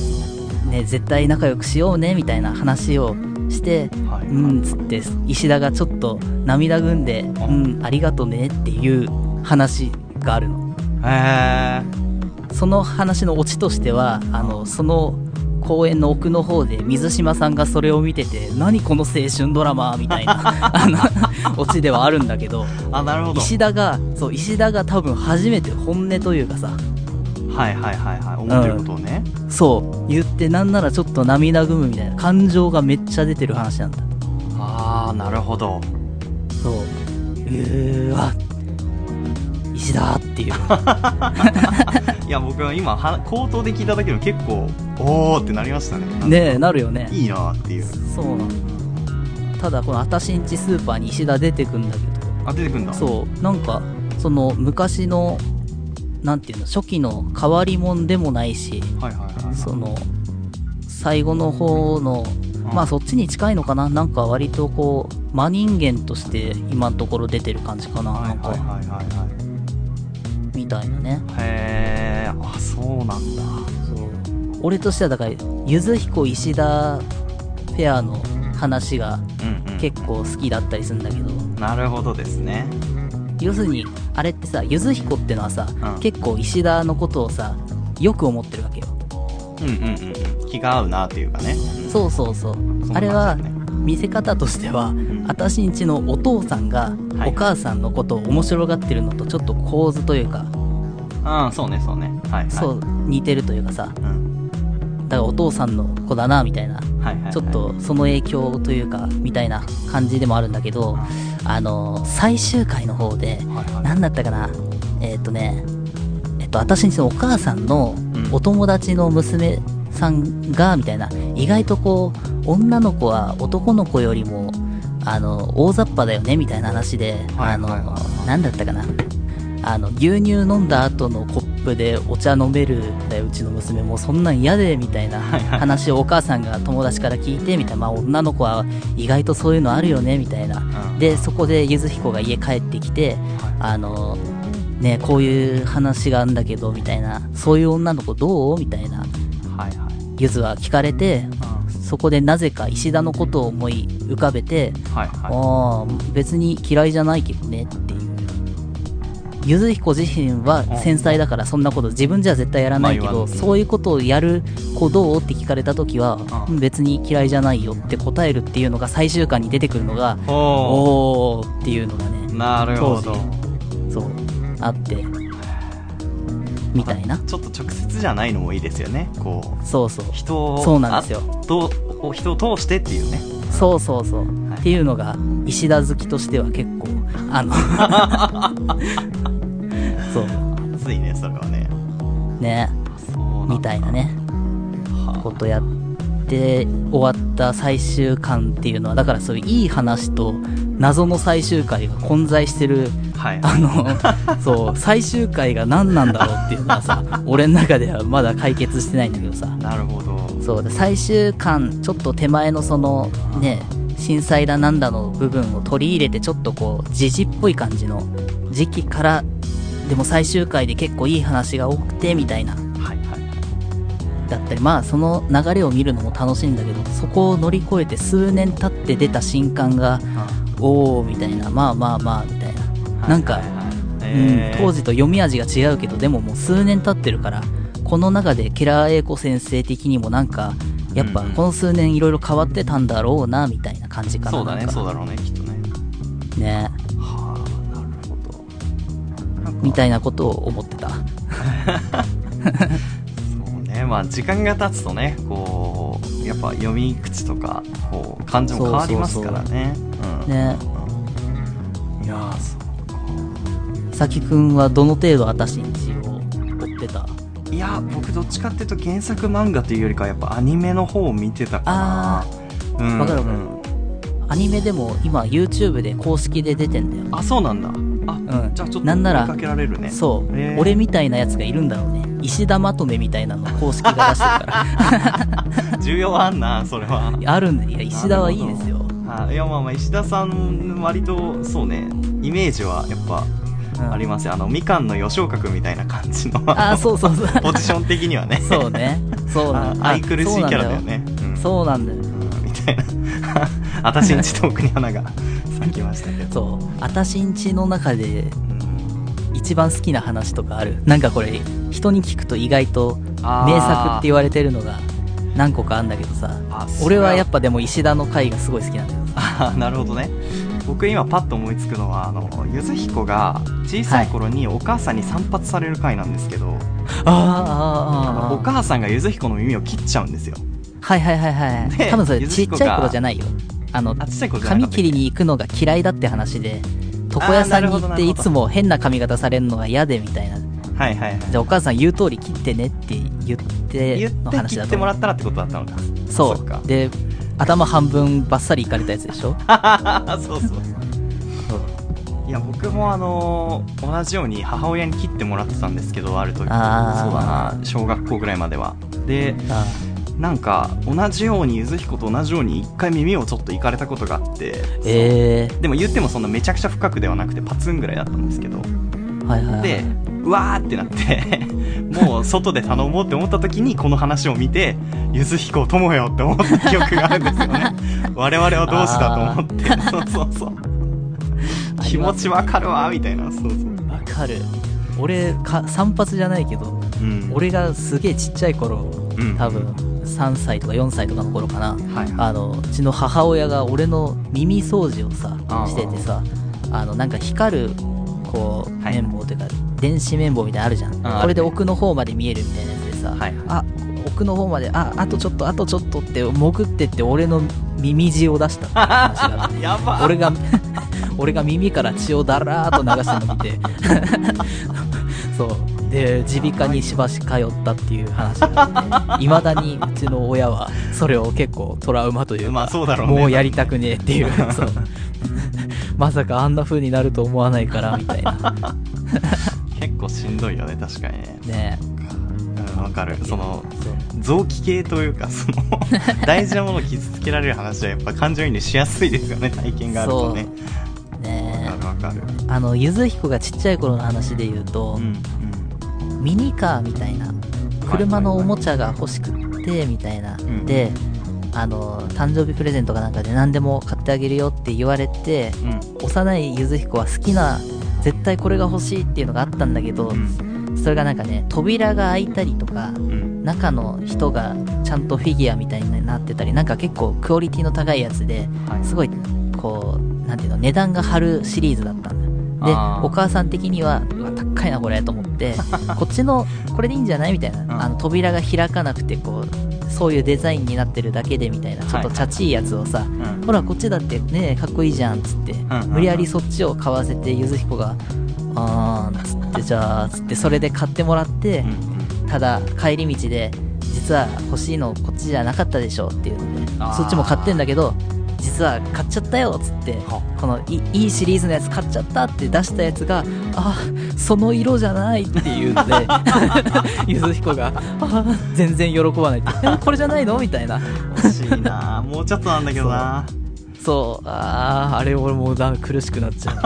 [SPEAKER 2] ね、絶対仲良くしようねみたいな話をして、
[SPEAKER 1] うんはい
[SPEAKER 2] うんつって、石田がちょっと涙ぐんで、うん、ありがとねっていう話があるの。
[SPEAKER 1] へ
[SPEAKER 2] その話のオチとしては、あの、その公園の奥の方で水島さんがそれを見てて、何この青春ドラマみたいな、あの、オチではあるんだけど、
[SPEAKER 1] えあなるほど
[SPEAKER 2] 石田が、そう、石田が多分初めて本音というかさ、
[SPEAKER 1] はいはいはいはい思ってることをね、
[SPEAKER 2] そう、言ってなんならちょっと涙ぐむみたいな、感情がめっちゃ出てる話なんだ。
[SPEAKER 1] ああなるほど
[SPEAKER 2] そう。うーわ、石田っていう。
[SPEAKER 1] いや僕は今は口頭で聞いただけでも結構おおってなりましたね
[SPEAKER 2] ねえ、なるよね。
[SPEAKER 1] いいなーっていう
[SPEAKER 2] そうなんだ。ただ、このあたしんちスーパーに石田出てくんだけど、
[SPEAKER 1] あ出てくんだ
[SPEAKER 2] そう、なんか、その昔の、なんていうの、初期の変わりもんでもないし、
[SPEAKER 1] はいはいはい
[SPEAKER 2] その、最後の方の、まあそっちに近いのかななんか割とこう、真人間として今のところ出てる感じかな
[SPEAKER 1] は
[SPEAKER 2] ないん
[SPEAKER 1] はい
[SPEAKER 2] か、
[SPEAKER 1] はいはいはい
[SPEAKER 2] みたいなね。
[SPEAKER 1] へえあそうなんだ
[SPEAKER 2] そう俺としてはだからゆず彦石田ペアの話が
[SPEAKER 1] うん、うん、
[SPEAKER 2] 結構好きだったりするんだけど
[SPEAKER 1] なるほどですね
[SPEAKER 2] 要するにあれってさゆず彦ってのはさ、
[SPEAKER 1] うん
[SPEAKER 2] 結構石田のことをさよく思ってるわけよ
[SPEAKER 1] うんうんうんうん気が合うなっていうかね
[SPEAKER 2] そうそうそう
[SPEAKER 1] そんな感
[SPEAKER 2] あれ
[SPEAKER 1] じ
[SPEAKER 2] は
[SPEAKER 1] だね
[SPEAKER 2] 見せ方としては、
[SPEAKER 1] ん
[SPEAKER 2] あたしんちのお父さんが
[SPEAKER 1] はい
[SPEAKER 2] お母さんのことを面白がってるのとちょっと構図というか、
[SPEAKER 1] うんそうねそうねはいはい
[SPEAKER 2] そう似てるというかさ
[SPEAKER 1] うん
[SPEAKER 2] だからお父さんの子だなみたいな
[SPEAKER 1] はいはいはい
[SPEAKER 2] ちょっとその影響というか、みたいな感じでもあるんだけど、あの、最終回の方で、
[SPEAKER 1] はいはい
[SPEAKER 2] 何だったかな、えーっ、とね、えっと、私にそのお母さんの
[SPEAKER 1] ん
[SPEAKER 2] お友達の娘さんが、みたいな、意外とこう、女の子は男の子よりも、あの、大雑把だよね、みたいな話で、
[SPEAKER 1] はい
[SPEAKER 2] あの
[SPEAKER 1] はいはいは、
[SPEAKER 2] 何だったかな。あの、牛乳飲んだ後のコップでお茶飲めるんだよ、うちの娘も。そんなん嫌で、みたいな話をお母さんが友達から聞いて、みたいな。まあ、女の子は意外とそういうのあるよね、みたいな。
[SPEAKER 1] うん
[SPEAKER 2] で、そこでゆずひこが家帰ってきて、あの、ね、こういう話があるんだけど、みたいな。そういう女の子どうみたいな。
[SPEAKER 1] はいはい
[SPEAKER 2] ゆずは聞かれて、そこでなぜか石田のことを思い浮かべて、
[SPEAKER 1] はいは
[SPEAKER 2] ああ、別に嫌いじゃないけどねっていう。ゆずひこ自身は繊細だからそんなこと自分じゃ絶対やらないけ
[SPEAKER 1] まあ言わ
[SPEAKER 2] ど、
[SPEAKER 1] ない
[SPEAKER 2] そういうことをやる子どうって聞かれた時は、
[SPEAKER 1] う
[SPEAKER 2] うん別に嫌いじゃないよって答えるっていうのが最終巻に出てくるのが、
[SPEAKER 1] いお
[SPEAKER 2] おーっていうのが
[SPEAKER 1] お
[SPEAKER 2] ね、
[SPEAKER 1] なるほど
[SPEAKER 2] 当そう、あって、みたいな。
[SPEAKER 1] ちょっと直接じゃないのもいいですよねこう
[SPEAKER 2] そうそう。
[SPEAKER 1] 人を
[SPEAKER 2] そうなんですよ
[SPEAKER 1] あとこう人を通してっていうね
[SPEAKER 2] そうそうそう。
[SPEAKER 1] はい
[SPEAKER 2] っていうのが、石田好きとしては結構、あ の、そう、
[SPEAKER 1] ついねそれはね
[SPEAKER 2] ね、
[SPEAKER 1] そうなんだ
[SPEAKER 2] みたいなね、こ
[SPEAKER 1] は
[SPEAKER 2] とやって終わった最終巻っていうのは、だからそういういい話と謎の最終回が混在してる、
[SPEAKER 1] はい
[SPEAKER 2] あの、そう、最終回が何なんだろうっていうのはさ、俺の中ではまだ解決してないんだけどさ、
[SPEAKER 1] なるほど
[SPEAKER 2] そうで最終巻ちょっと手前のそのね震災だなんだの部分を取り入れてちょっとこう時事っぽい感じの時期からでも最終回で結構いい話が多くてみたいな
[SPEAKER 1] はいはい
[SPEAKER 2] だったりまあその流れを見るのも楽しいんだけどそこを乗り越えて数年経って出た新刊がおおみたいなまあまあまあみたいななんか
[SPEAKER 1] はい、はい
[SPEAKER 2] うん
[SPEAKER 1] えー
[SPEAKER 2] 当時と読み味が違うけどでももう数年経ってるからこの中でケラー英子先生的にもなんかやっぱ
[SPEAKER 1] うんうん
[SPEAKER 2] この数年いろいろ変わってたんだろうなみたいな感じかな
[SPEAKER 1] そうだ
[SPEAKER 2] な
[SPEAKER 1] ね
[SPEAKER 2] んか
[SPEAKER 1] そうだろうねきっとね
[SPEAKER 2] ね
[SPEAKER 1] はあなるほどなんか
[SPEAKER 2] みたいなことを思ってた
[SPEAKER 1] そうねまあ時間が経つとねこうやっぱ読み口とかこう感じも変わりますからねうん
[SPEAKER 2] ね
[SPEAKER 1] うんいやーそ
[SPEAKER 2] さきくんはどの程度あたしんちを追ってた
[SPEAKER 1] ういや僕どっちかっていうと原作漫画というよりかはやっぱアニメの方を見てたか
[SPEAKER 2] あ
[SPEAKER 1] なうん
[SPEAKER 2] わかるわか
[SPEAKER 1] う
[SPEAKER 2] る
[SPEAKER 1] ん
[SPEAKER 2] アニメでも今 YouTube で公式で出てんだよ
[SPEAKER 1] あそうなんだあ、
[SPEAKER 2] うん
[SPEAKER 1] じゃあちょっと
[SPEAKER 2] なんなら
[SPEAKER 1] 追いかけられるね
[SPEAKER 2] そう、
[SPEAKER 1] へー
[SPEAKER 2] 俺みたいなやつがいるんだろうね石田まとめみたいなの公式が出してるか
[SPEAKER 1] 重要あんなそれは
[SPEAKER 2] らあるんだいや石田はいいですよ
[SPEAKER 1] あいやまあまあ石田さん割とそうねイメージはやっぱ
[SPEAKER 2] うん
[SPEAKER 1] ありますよあのみかんの吉岡君みたいな感じの
[SPEAKER 2] あーそ うそうそう
[SPEAKER 1] ポジション的にはね
[SPEAKER 2] そうねそうな
[SPEAKER 1] あ
[SPEAKER 2] ん
[SPEAKER 1] 愛くるしいキャラだよねうん
[SPEAKER 2] そうなんだよ
[SPEAKER 1] うんみたいな 私んちトークに花が咲きましたけど
[SPEAKER 2] そう私んちの中で
[SPEAKER 1] うん
[SPEAKER 2] 一番好きな話とかあるなんかこれ人に聞くと意外と
[SPEAKER 1] あー
[SPEAKER 2] 名作って言われてるのが何個かあんだけどさ
[SPEAKER 1] あそれ
[SPEAKER 2] 俺はやっぱでも石田の回がすごい好きなんだよ
[SPEAKER 1] あーなるほどね僕今パッと思いつくのはあのゆずひこが小さい頃にお母さんに散髪される回なんですけど、あの
[SPEAKER 2] あーあーあー
[SPEAKER 1] お母さんがゆずひこの耳を切っちゃうんですよ
[SPEAKER 2] はいはいはいは
[SPEAKER 1] で
[SPEAKER 2] い多分それ
[SPEAKER 1] ゆずひ
[SPEAKER 2] ちっ
[SPEAKER 1] こが
[SPEAKER 2] ちゃい頃じゃないよあの
[SPEAKER 1] あちっちゃい頃じゃなか
[SPEAKER 2] 髪
[SPEAKER 1] った
[SPEAKER 2] 切りに行くのが嫌いだって話で床屋さんに
[SPEAKER 1] あーなる
[SPEAKER 2] 行って
[SPEAKER 1] ほど
[SPEAKER 2] いつも変な髪型されるのが嫌でみたいなじ
[SPEAKER 1] はいはいはい
[SPEAKER 2] ゃあお母さん言う通り切ってねって言って
[SPEAKER 1] 言
[SPEAKER 2] の
[SPEAKER 1] って
[SPEAKER 2] 話
[SPEAKER 1] 切
[SPEAKER 2] だ
[SPEAKER 1] っ
[SPEAKER 2] と
[SPEAKER 1] ても
[SPEAKER 2] 思
[SPEAKER 1] ら
[SPEAKER 2] う
[SPEAKER 1] ったらってことだったのか
[SPEAKER 2] そ
[SPEAKER 1] そううか
[SPEAKER 2] で頭半分ばっさりいかれたやつでしょ
[SPEAKER 1] そうそうそういや僕もあのー同じように母親に切ってもらってたんですけどある時そうだ
[SPEAKER 2] あー
[SPEAKER 1] な小学校ぐらいまではで
[SPEAKER 2] あ
[SPEAKER 1] なんか同じようにゆずひこと同じように一回耳をちょっといかれたことがあって
[SPEAKER 2] ーえ
[SPEAKER 1] でも言ってもそんなめちゃくちゃ深くではなくてパツンぐらいだったんですけど
[SPEAKER 2] ー、はいはいはい
[SPEAKER 1] でうわーってなって もう外で頼もうって思った時にこの話を見てゆずひこ友よって思った記憶があるんですよ ね我々は同志だと思ってそうそうそう気持ちわかるわみたいなそうそう、
[SPEAKER 2] わかる俺か散髪じゃないけど
[SPEAKER 1] うん、
[SPEAKER 2] 俺がすげえちっちゃい頃、
[SPEAKER 1] うん
[SPEAKER 2] 多分3歳とか4歳とかの頃かな、
[SPEAKER 1] はい
[SPEAKER 2] あのうちの母親が俺の耳掃除をさ
[SPEAKER 1] あー
[SPEAKER 2] しててさあのなんか光るこう
[SPEAKER 1] はい
[SPEAKER 2] 綿棒というか、電子綿棒みたいなのあるじゃん
[SPEAKER 1] あー
[SPEAKER 2] これで奥の方まで見えるみたいなやつでさ、
[SPEAKER 1] はいはい
[SPEAKER 2] あ奥の方までああとちょっとあとちょっとって潜ってって俺の耳血を出したっていう話があって
[SPEAKER 1] やば
[SPEAKER 2] 俺が俺が耳から血をだらーっと流してるの見てそうで耳鼻科にしばし通ったっていう話があっていまだにうちの親はそれを結構トラウマというか、
[SPEAKER 1] まあそうだろうね
[SPEAKER 2] もうやりたくねえっていうそうまさかあんな風になると思わないからみたいな
[SPEAKER 1] 結構しんどいよね確かにね
[SPEAKER 2] ね
[SPEAKER 1] うんわかるその
[SPEAKER 2] そう
[SPEAKER 1] 臓器系というかその 大事なものを傷つけられる話はやっぱ感情移入しやすいですよね体験があるとね
[SPEAKER 2] ね
[SPEAKER 1] わかるわかる
[SPEAKER 2] あのゆずひこがちっちゃい頃の話で言うと、
[SPEAKER 1] うんうん
[SPEAKER 2] ミニカーみたいな車のおもちゃが欲しくってみたいな、
[SPEAKER 1] ん
[SPEAKER 2] であの誕生日プレゼントかなんかで何でも買ってあげるよって言われて
[SPEAKER 1] うん
[SPEAKER 2] 幼いゆずひこは好きな絶対これが欲しいっていうのがあったんだけど、
[SPEAKER 1] うん
[SPEAKER 2] それがなんかね扉が開いたりとか
[SPEAKER 1] うん
[SPEAKER 2] 中の人がちゃんとフィギュアみたいになってたりなんか結構クオリティの高いやつで
[SPEAKER 1] はい
[SPEAKER 2] すごいこうなんていうの値段が張るシリーズだったんだよで
[SPEAKER 1] あー
[SPEAKER 2] お母さん的にはうわ高いなこれと思って こっちのこれでいいんじゃないみたいな、
[SPEAKER 1] ん
[SPEAKER 2] あの扉が開かなくてこうそういうデザインになってるだけでみたいなちょっと
[SPEAKER 1] はい
[SPEAKER 2] チャチいやつをさ、
[SPEAKER 1] ん
[SPEAKER 2] ほらこっちだってねかっこいいじゃんっつって、
[SPEAKER 1] んうん
[SPEAKER 2] 無理やりそっちを買わせてゆずひこが「あー」っつってじゃあつってそれで買ってもらって、
[SPEAKER 1] うんうん
[SPEAKER 2] ただ帰り道で実は欲しいのこっちじゃなかったでしょっていうので
[SPEAKER 1] あー
[SPEAKER 2] そっちも買ってんだけど実は買っちゃったよっつって
[SPEAKER 1] は
[SPEAKER 2] このいいいシリーズのやつ買っちゃったって出したやつがあその色じゃないってい うのでゆずひこがあ全然喜ばないってえこれじゃないのみたいな
[SPEAKER 1] 欲しいなもうちょっとなんだけどな
[SPEAKER 2] そうあーあれ俺もうだ苦しくなっちゃう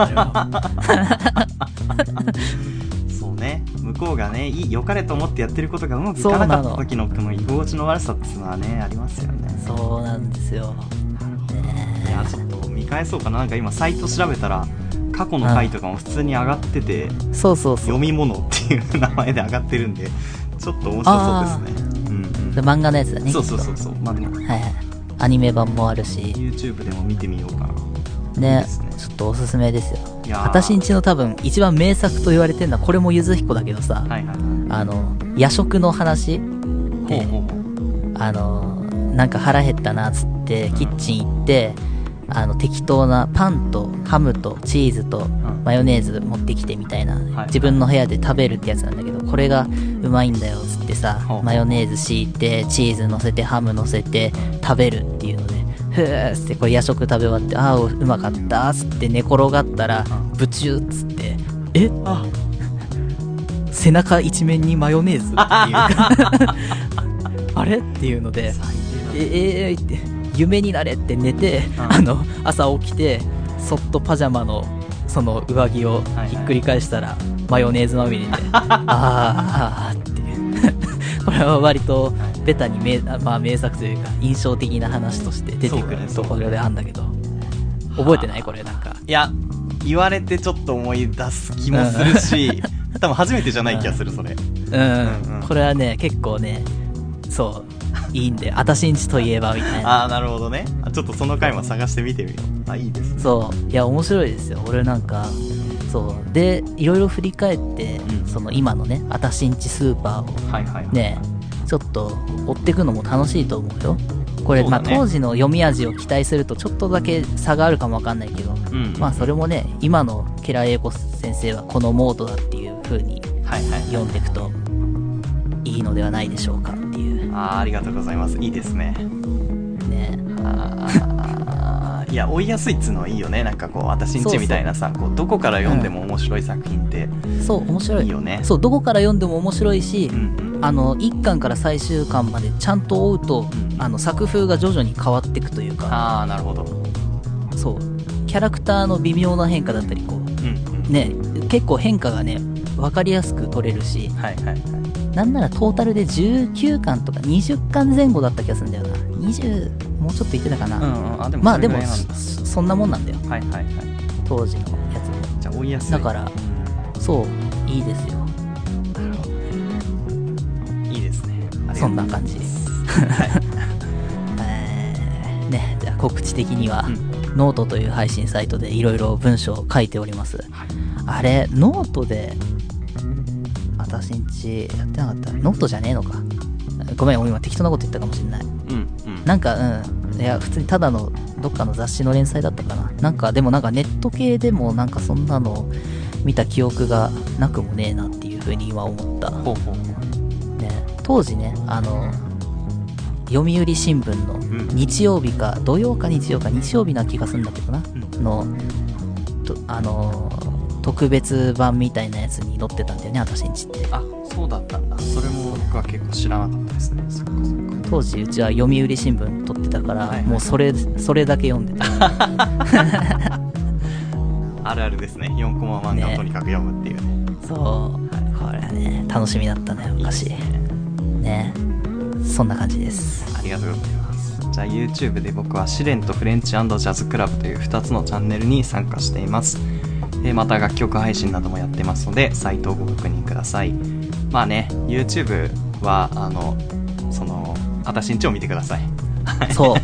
[SPEAKER 2] んだ よ
[SPEAKER 1] そうね向こうがねいい良かれと思ってやってることがうまくいかなかった時のこの居心地の悪さっていうのはねありますよね
[SPEAKER 2] そうなんですよ
[SPEAKER 1] いやちょっと見返そうかななんか今サイト調べたら過去の回とかも普通に上がってて
[SPEAKER 2] そうそうそう
[SPEAKER 1] 読み物っていう名前で上がってるんでちょっと面白そうですねうん
[SPEAKER 2] で漫画のやつだ
[SPEAKER 1] うん
[SPEAKER 2] ね
[SPEAKER 1] そうそう
[SPEAKER 2] き
[SPEAKER 1] そ
[SPEAKER 2] っ
[SPEAKER 1] うそうまあでも
[SPEAKER 2] とはいはいアニメ版もあるし
[SPEAKER 1] YouTube でも見てみようかな
[SPEAKER 2] ね
[SPEAKER 1] ですね
[SPEAKER 2] ちょっとおすすめですよ
[SPEAKER 1] いやー
[SPEAKER 2] 私んちの多分一番名作と言われてるのはこれもゆずひこだけどさ、
[SPEAKER 1] はいはい
[SPEAKER 2] あの夜食の話
[SPEAKER 1] ほう
[SPEAKER 2] で
[SPEAKER 1] ほうほう
[SPEAKER 2] あのなんか腹減ったなっつってキッチン行ってあの適当なパンとハムとチーズと
[SPEAKER 1] ん
[SPEAKER 2] マヨネーズ持ってきてみたいな、
[SPEAKER 1] はい
[SPEAKER 2] 自分の部屋で食べるってやつなんだけどこれがうまいんだよっつってさ
[SPEAKER 1] ほう
[SPEAKER 2] マヨネーズ敷いてチーズ乗せてハム乗せて食べるっていうのでふーっつってこれ夜食食べ終わってああうまかったっつって寝転がったら
[SPEAKER 1] う
[SPEAKER 2] ブチューっつってえ背中一面にマヨネーズっていう あれっていうのでええええって夢になれって寝て、
[SPEAKER 1] ん
[SPEAKER 2] あの朝起きてそっとパジャマのその上着を
[SPEAKER 1] はいはい
[SPEAKER 2] ひっくり返したらマヨネーズま みれであーあーって いうこれは割とベタに名,、まあ、名作というか印象的な話として出てくる
[SPEAKER 1] そ
[SPEAKER 2] と
[SPEAKER 1] うだね
[SPEAKER 2] ころであんだけど覚えてないこれなんか
[SPEAKER 1] いや言われてちょっと思い出す気もする し多分初めてじゃない気がするそれ
[SPEAKER 2] うん、
[SPEAKER 1] うんうん
[SPEAKER 2] これはね結構ねそういいんで私んちといえばみたいな
[SPEAKER 1] ああなるほどねあちょっとその回も探してみてみようあいいですね
[SPEAKER 2] そういや面白いですよ俺なんかそうでいろいろ振り返って、
[SPEAKER 1] うん
[SPEAKER 2] その今のね私んちスーパーを
[SPEAKER 1] はいはいはい
[SPEAKER 2] ねちょっと追っていくのも楽しいと思うよこれ、
[SPEAKER 1] そう
[SPEAKER 2] ま
[SPEAKER 1] だ
[SPEAKER 2] あ
[SPEAKER 1] ね
[SPEAKER 2] 当時の読み味を期待するとちょっとだけ差があるかもわかんないけど、
[SPEAKER 1] うん
[SPEAKER 2] まあそれもね今のケラー英子先生はこのモードだっていう風に
[SPEAKER 1] はいはい
[SPEAKER 2] 読んでいくといいのではないでしょうかっていう
[SPEAKER 1] あーありがとうございますいいですね
[SPEAKER 2] ね
[SPEAKER 1] あーいや追いやすいっつうのはいいよねなんかこう私んちみたいなさこうどこから読んでも面白い作品って、
[SPEAKER 2] そう面白い
[SPEAKER 1] いいよね
[SPEAKER 2] そうどこから読んでも面白いし、
[SPEAKER 1] うんうん
[SPEAKER 2] あの1巻から最終巻までちゃんと追うと、
[SPEAKER 1] うん
[SPEAKER 2] あの作風が徐々に変わっていくというか
[SPEAKER 1] ああなるほどう
[SPEAKER 2] そうキャラクターの微妙な変化だったりこうん
[SPEAKER 1] うん
[SPEAKER 2] ね結構変化がね分かりやすく取れるし
[SPEAKER 1] はいはいはい
[SPEAKER 2] なんならトータルで19巻とか20巻前後だった気がするんだよな20もうちょっといってたかな、
[SPEAKER 1] うんうんあでも
[SPEAKER 2] まあ
[SPEAKER 1] そ
[SPEAKER 2] で
[SPEAKER 1] れぐら
[SPEAKER 2] も
[SPEAKER 1] いなんだ
[SPEAKER 2] そそんなもんなんだよ
[SPEAKER 1] はいはいはい
[SPEAKER 2] 当時のやつ
[SPEAKER 1] じゃあ追いやすい
[SPEAKER 2] だからそういいですよ
[SPEAKER 1] なるほどねいいですねありがとう
[SPEAKER 2] そんな感じえーねじゃあ告知的には、
[SPEAKER 1] うん
[SPEAKER 2] ノートという配信サイトでいろいろ文章を書いております、
[SPEAKER 1] はい
[SPEAKER 2] あれノートで私んちやってなかったノートじゃねえのかごめん俺今適当なこと言ったかもしれない
[SPEAKER 1] うんうん
[SPEAKER 2] なんかうんいや普通にただのどっかの雑誌の連載だったかななんかでもなんかネット系でもなんかそんなの見た記憶がなくもねえなっていうふうに今思った
[SPEAKER 1] ほうほうほう
[SPEAKER 2] ね、当時ねあの読売新聞の
[SPEAKER 1] ん
[SPEAKER 2] 日曜日か土曜か日曜か日曜日な気がするんだけどな、
[SPEAKER 1] うん
[SPEAKER 2] のとあの特別版みたいなやつに載ってたんだよね私んちって
[SPEAKER 1] あそうだったんだそれも僕は結構知らなかったですねそっかそっか
[SPEAKER 2] 当時うちは読売新聞撮ってたから、
[SPEAKER 1] はい
[SPEAKER 2] もうそれそれだけ読んでた
[SPEAKER 1] あるあるですね4コマ漫画をとにかく読むっていうね
[SPEAKER 2] そうこれはね楽しみだったね
[SPEAKER 1] いいです
[SPEAKER 2] 昔
[SPEAKER 1] ね
[SPEAKER 2] ねそんな感じです
[SPEAKER 1] ありがとうございますじゃあ YouTube で僕は試練とフレンチジャズクラブという2つのチャンネルに参加していますえーまた楽曲配信などもやってますのでサイトをご確認くださいまあね YouTube はあのその私んちを見てくださいはい
[SPEAKER 2] そう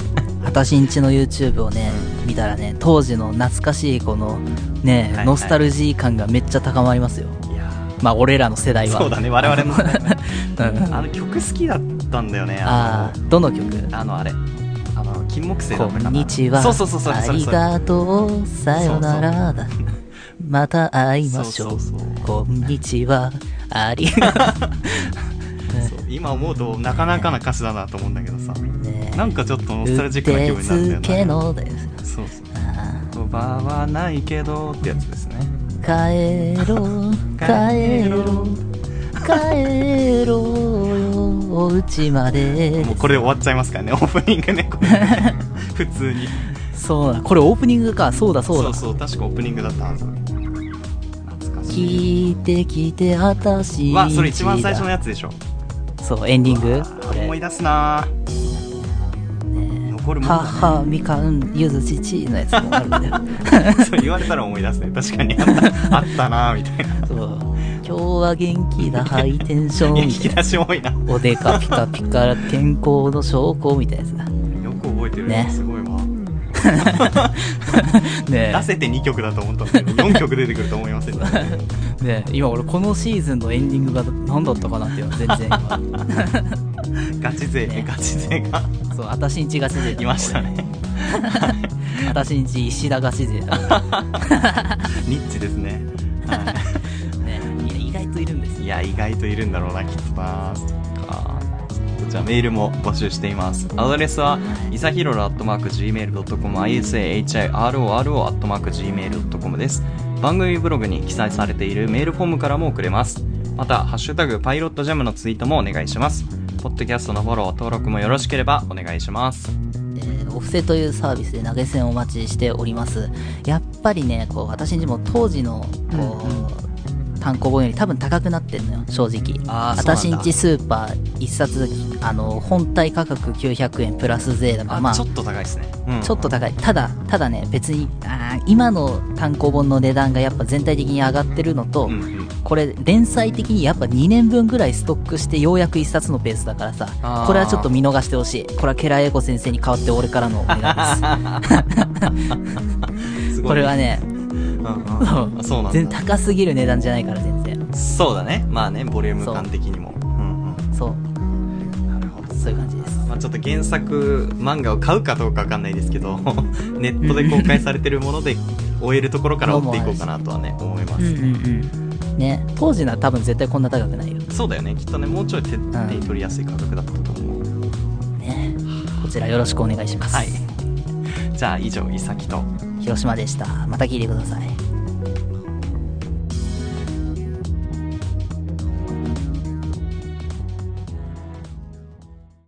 [SPEAKER 2] 私んちの YouTube をね見たらね当時の懐かしいこのね、
[SPEAKER 1] いはい
[SPEAKER 2] ノスタルジー感がめっちゃ高まりますよ
[SPEAKER 1] いや
[SPEAKER 2] まあ俺らの世代
[SPEAKER 1] ー
[SPEAKER 2] は
[SPEAKER 1] そうだね我々の世代はね
[SPEAKER 2] うん
[SPEAKER 1] あの曲好きだったんだよね
[SPEAKER 2] あ
[SPEAKER 1] あ
[SPEAKER 2] あどの曲
[SPEAKER 1] のあのあれあの金木犀だ
[SPEAKER 2] こ
[SPEAKER 1] ったかなん
[SPEAKER 2] にちは
[SPEAKER 1] そうそうそうそう
[SPEAKER 2] あ
[SPEAKER 1] それ
[SPEAKER 2] り
[SPEAKER 1] それ
[SPEAKER 2] がとうさよならだまた会いましょう
[SPEAKER 1] そうそうそう
[SPEAKER 2] こんにちはありがと
[SPEAKER 1] そう今思うとなかなかな歌詞だなと思うんだけどさ
[SPEAKER 2] うね
[SPEAKER 1] なんかちょっとノスタ
[SPEAKER 2] う
[SPEAKER 1] ル
[SPEAKER 2] っ
[SPEAKER 1] ジックな気
[SPEAKER 2] て
[SPEAKER 1] 分になるんだ
[SPEAKER 2] つ
[SPEAKER 1] よ
[SPEAKER 2] け
[SPEAKER 1] な
[SPEAKER 2] のだよ
[SPEAKER 1] そうそう
[SPEAKER 2] あー
[SPEAKER 1] 言葉はないけどってやつですね
[SPEAKER 2] 帰ろう帰ろう帰ろうよお家まで
[SPEAKER 1] もうこれで終わっちゃいますからねオープニングね これね普通に
[SPEAKER 2] そうだこれオープニングかそうだそうだ
[SPEAKER 1] そう確かオープニングだったはず懐かしい
[SPEAKER 2] 聞いて聞いてあたし
[SPEAKER 1] わそれ一番最初のやつでしょ
[SPEAKER 2] そうエンディングこ
[SPEAKER 1] 思い
[SPEAKER 2] れ
[SPEAKER 1] 出すなー残るもんだね
[SPEAKER 2] 母みかんゆずちちのやつもあるんだよ
[SPEAKER 1] そう言われたら思い出すね確かにあったあったなーみたいな
[SPEAKER 2] そう今日は元気だハイテンション
[SPEAKER 1] いや
[SPEAKER 2] み
[SPEAKER 1] 引
[SPEAKER 2] た
[SPEAKER 1] き
[SPEAKER 2] いな
[SPEAKER 1] 出し多いなよ
[SPEAKER 2] おでかピカピカ健康の証拠みたいなやつだ
[SPEAKER 1] く覚えてる
[SPEAKER 2] ね
[SPEAKER 1] ねすごいわ
[SPEAKER 2] ね
[SPEAKER 1] 出せて2曲だと思ったんだけど4曲 出てくると思いませんでした
[SPEAKER 2] ね今俺このシーズンのエンディングが何だったかなっていうのは全然今
[SPEAKER 1] ガチ勢
[SPEAKER 2] ね
[SPEAKER 1] ガチ勢が
[SPEAKER 2] そう私んちがし勢
[SPEAKER 1] いましたね
[SPEAKER 2] 私んち石田がし 勢だね
[SPEAKER 1] ニッチですね、はい
[SPEAKER 2] や意外といるんです
[SPEAKER 1] い、い
[SPEAKER 2] よ
[SPEAKER 1] や意外といるんだろうなきっとなそっかじゃあメールも募集していますアドレスは
[SPEAKER 2] はい
[SPEAKER 1] いさひろろ .gmail.com isahiroro.gmail.com です番組ブログに記載されているメールフォームからも送れますまた「ハッシュタグパイロットジャム」のツイートもお願いしますポッドキャストのフォロー登録もよろしければお願いします
[SPEAKER 2] えーのお布施というサービスで投げ銭をお待ちしておりますやっぱりねこう私にも当時のこう、
[SPEAKER 1] うん
[SPEAKER 2] 単行本より多分高くなってんのよ正直
[SPEAKER 1] あーそうなんだ
[SPEAKER 2] 私んちスーパー1冊あの本体価格900円プラス税だから
[SPEAKER 1] あ、
[SPEAKER 2] まあ
[SPEAKER 1] ちょっと高いですね、うん
[SPEAKER 2] ちょっと高い。ただ、ただね、別に、あー今の単行本の値段がやっぱ全体的に上がってるの
[SPEAKER 1] う
[SPEAKER 2] と、
[SPEAKER 1] んうん
[SPEAKER 2] これ、連載的にやっぱ2年分ぐらいストックしてようやく1冊のペースだからさ
[SPEAKER 1] あー、
[SPEAKER 2] これはちょっと見逃してほしい。これはケラエコ先生に代わって俺からのお願 いですす。
[SPEAKER 1] ごい
[SPEAKER 2] これはね、
[SPEAKER 1] うんうん
[SPEAKER 2] そう
[SPEAKER 1] あそうなん
[SPEAKER 2] 全
[SPEAKER 1] だ
[SPEAKER 2] 高すぎる値段じゃないから、全然。
[SPEAKER 1] そうだねまあねボリューム感的にもうん
[SPEAKER 2] そう、
[SPEAKER 1] うんなるほど
[SPEAKER 2] そういう感じです。
[SPEAKER 1] まあ、ちょっと原作漫画を買うかどうかわかんないですけど ネットで公開されてるもので終えるところから追っていこうかなとはね思います、
[SPEAKER 2] ね、当時なら多分絶対こんな高くないよ。
[SPEAKER 1] そうだよねきっとねもうちょい手手に取りやすい価格だったと思う、
[SPEAKER 2] ね。こちらよろしくお願いします。
[SPEAKER 1] はいじゃあ以上いさきと
[SPEAKER 2] 広島でした。また聞いてください。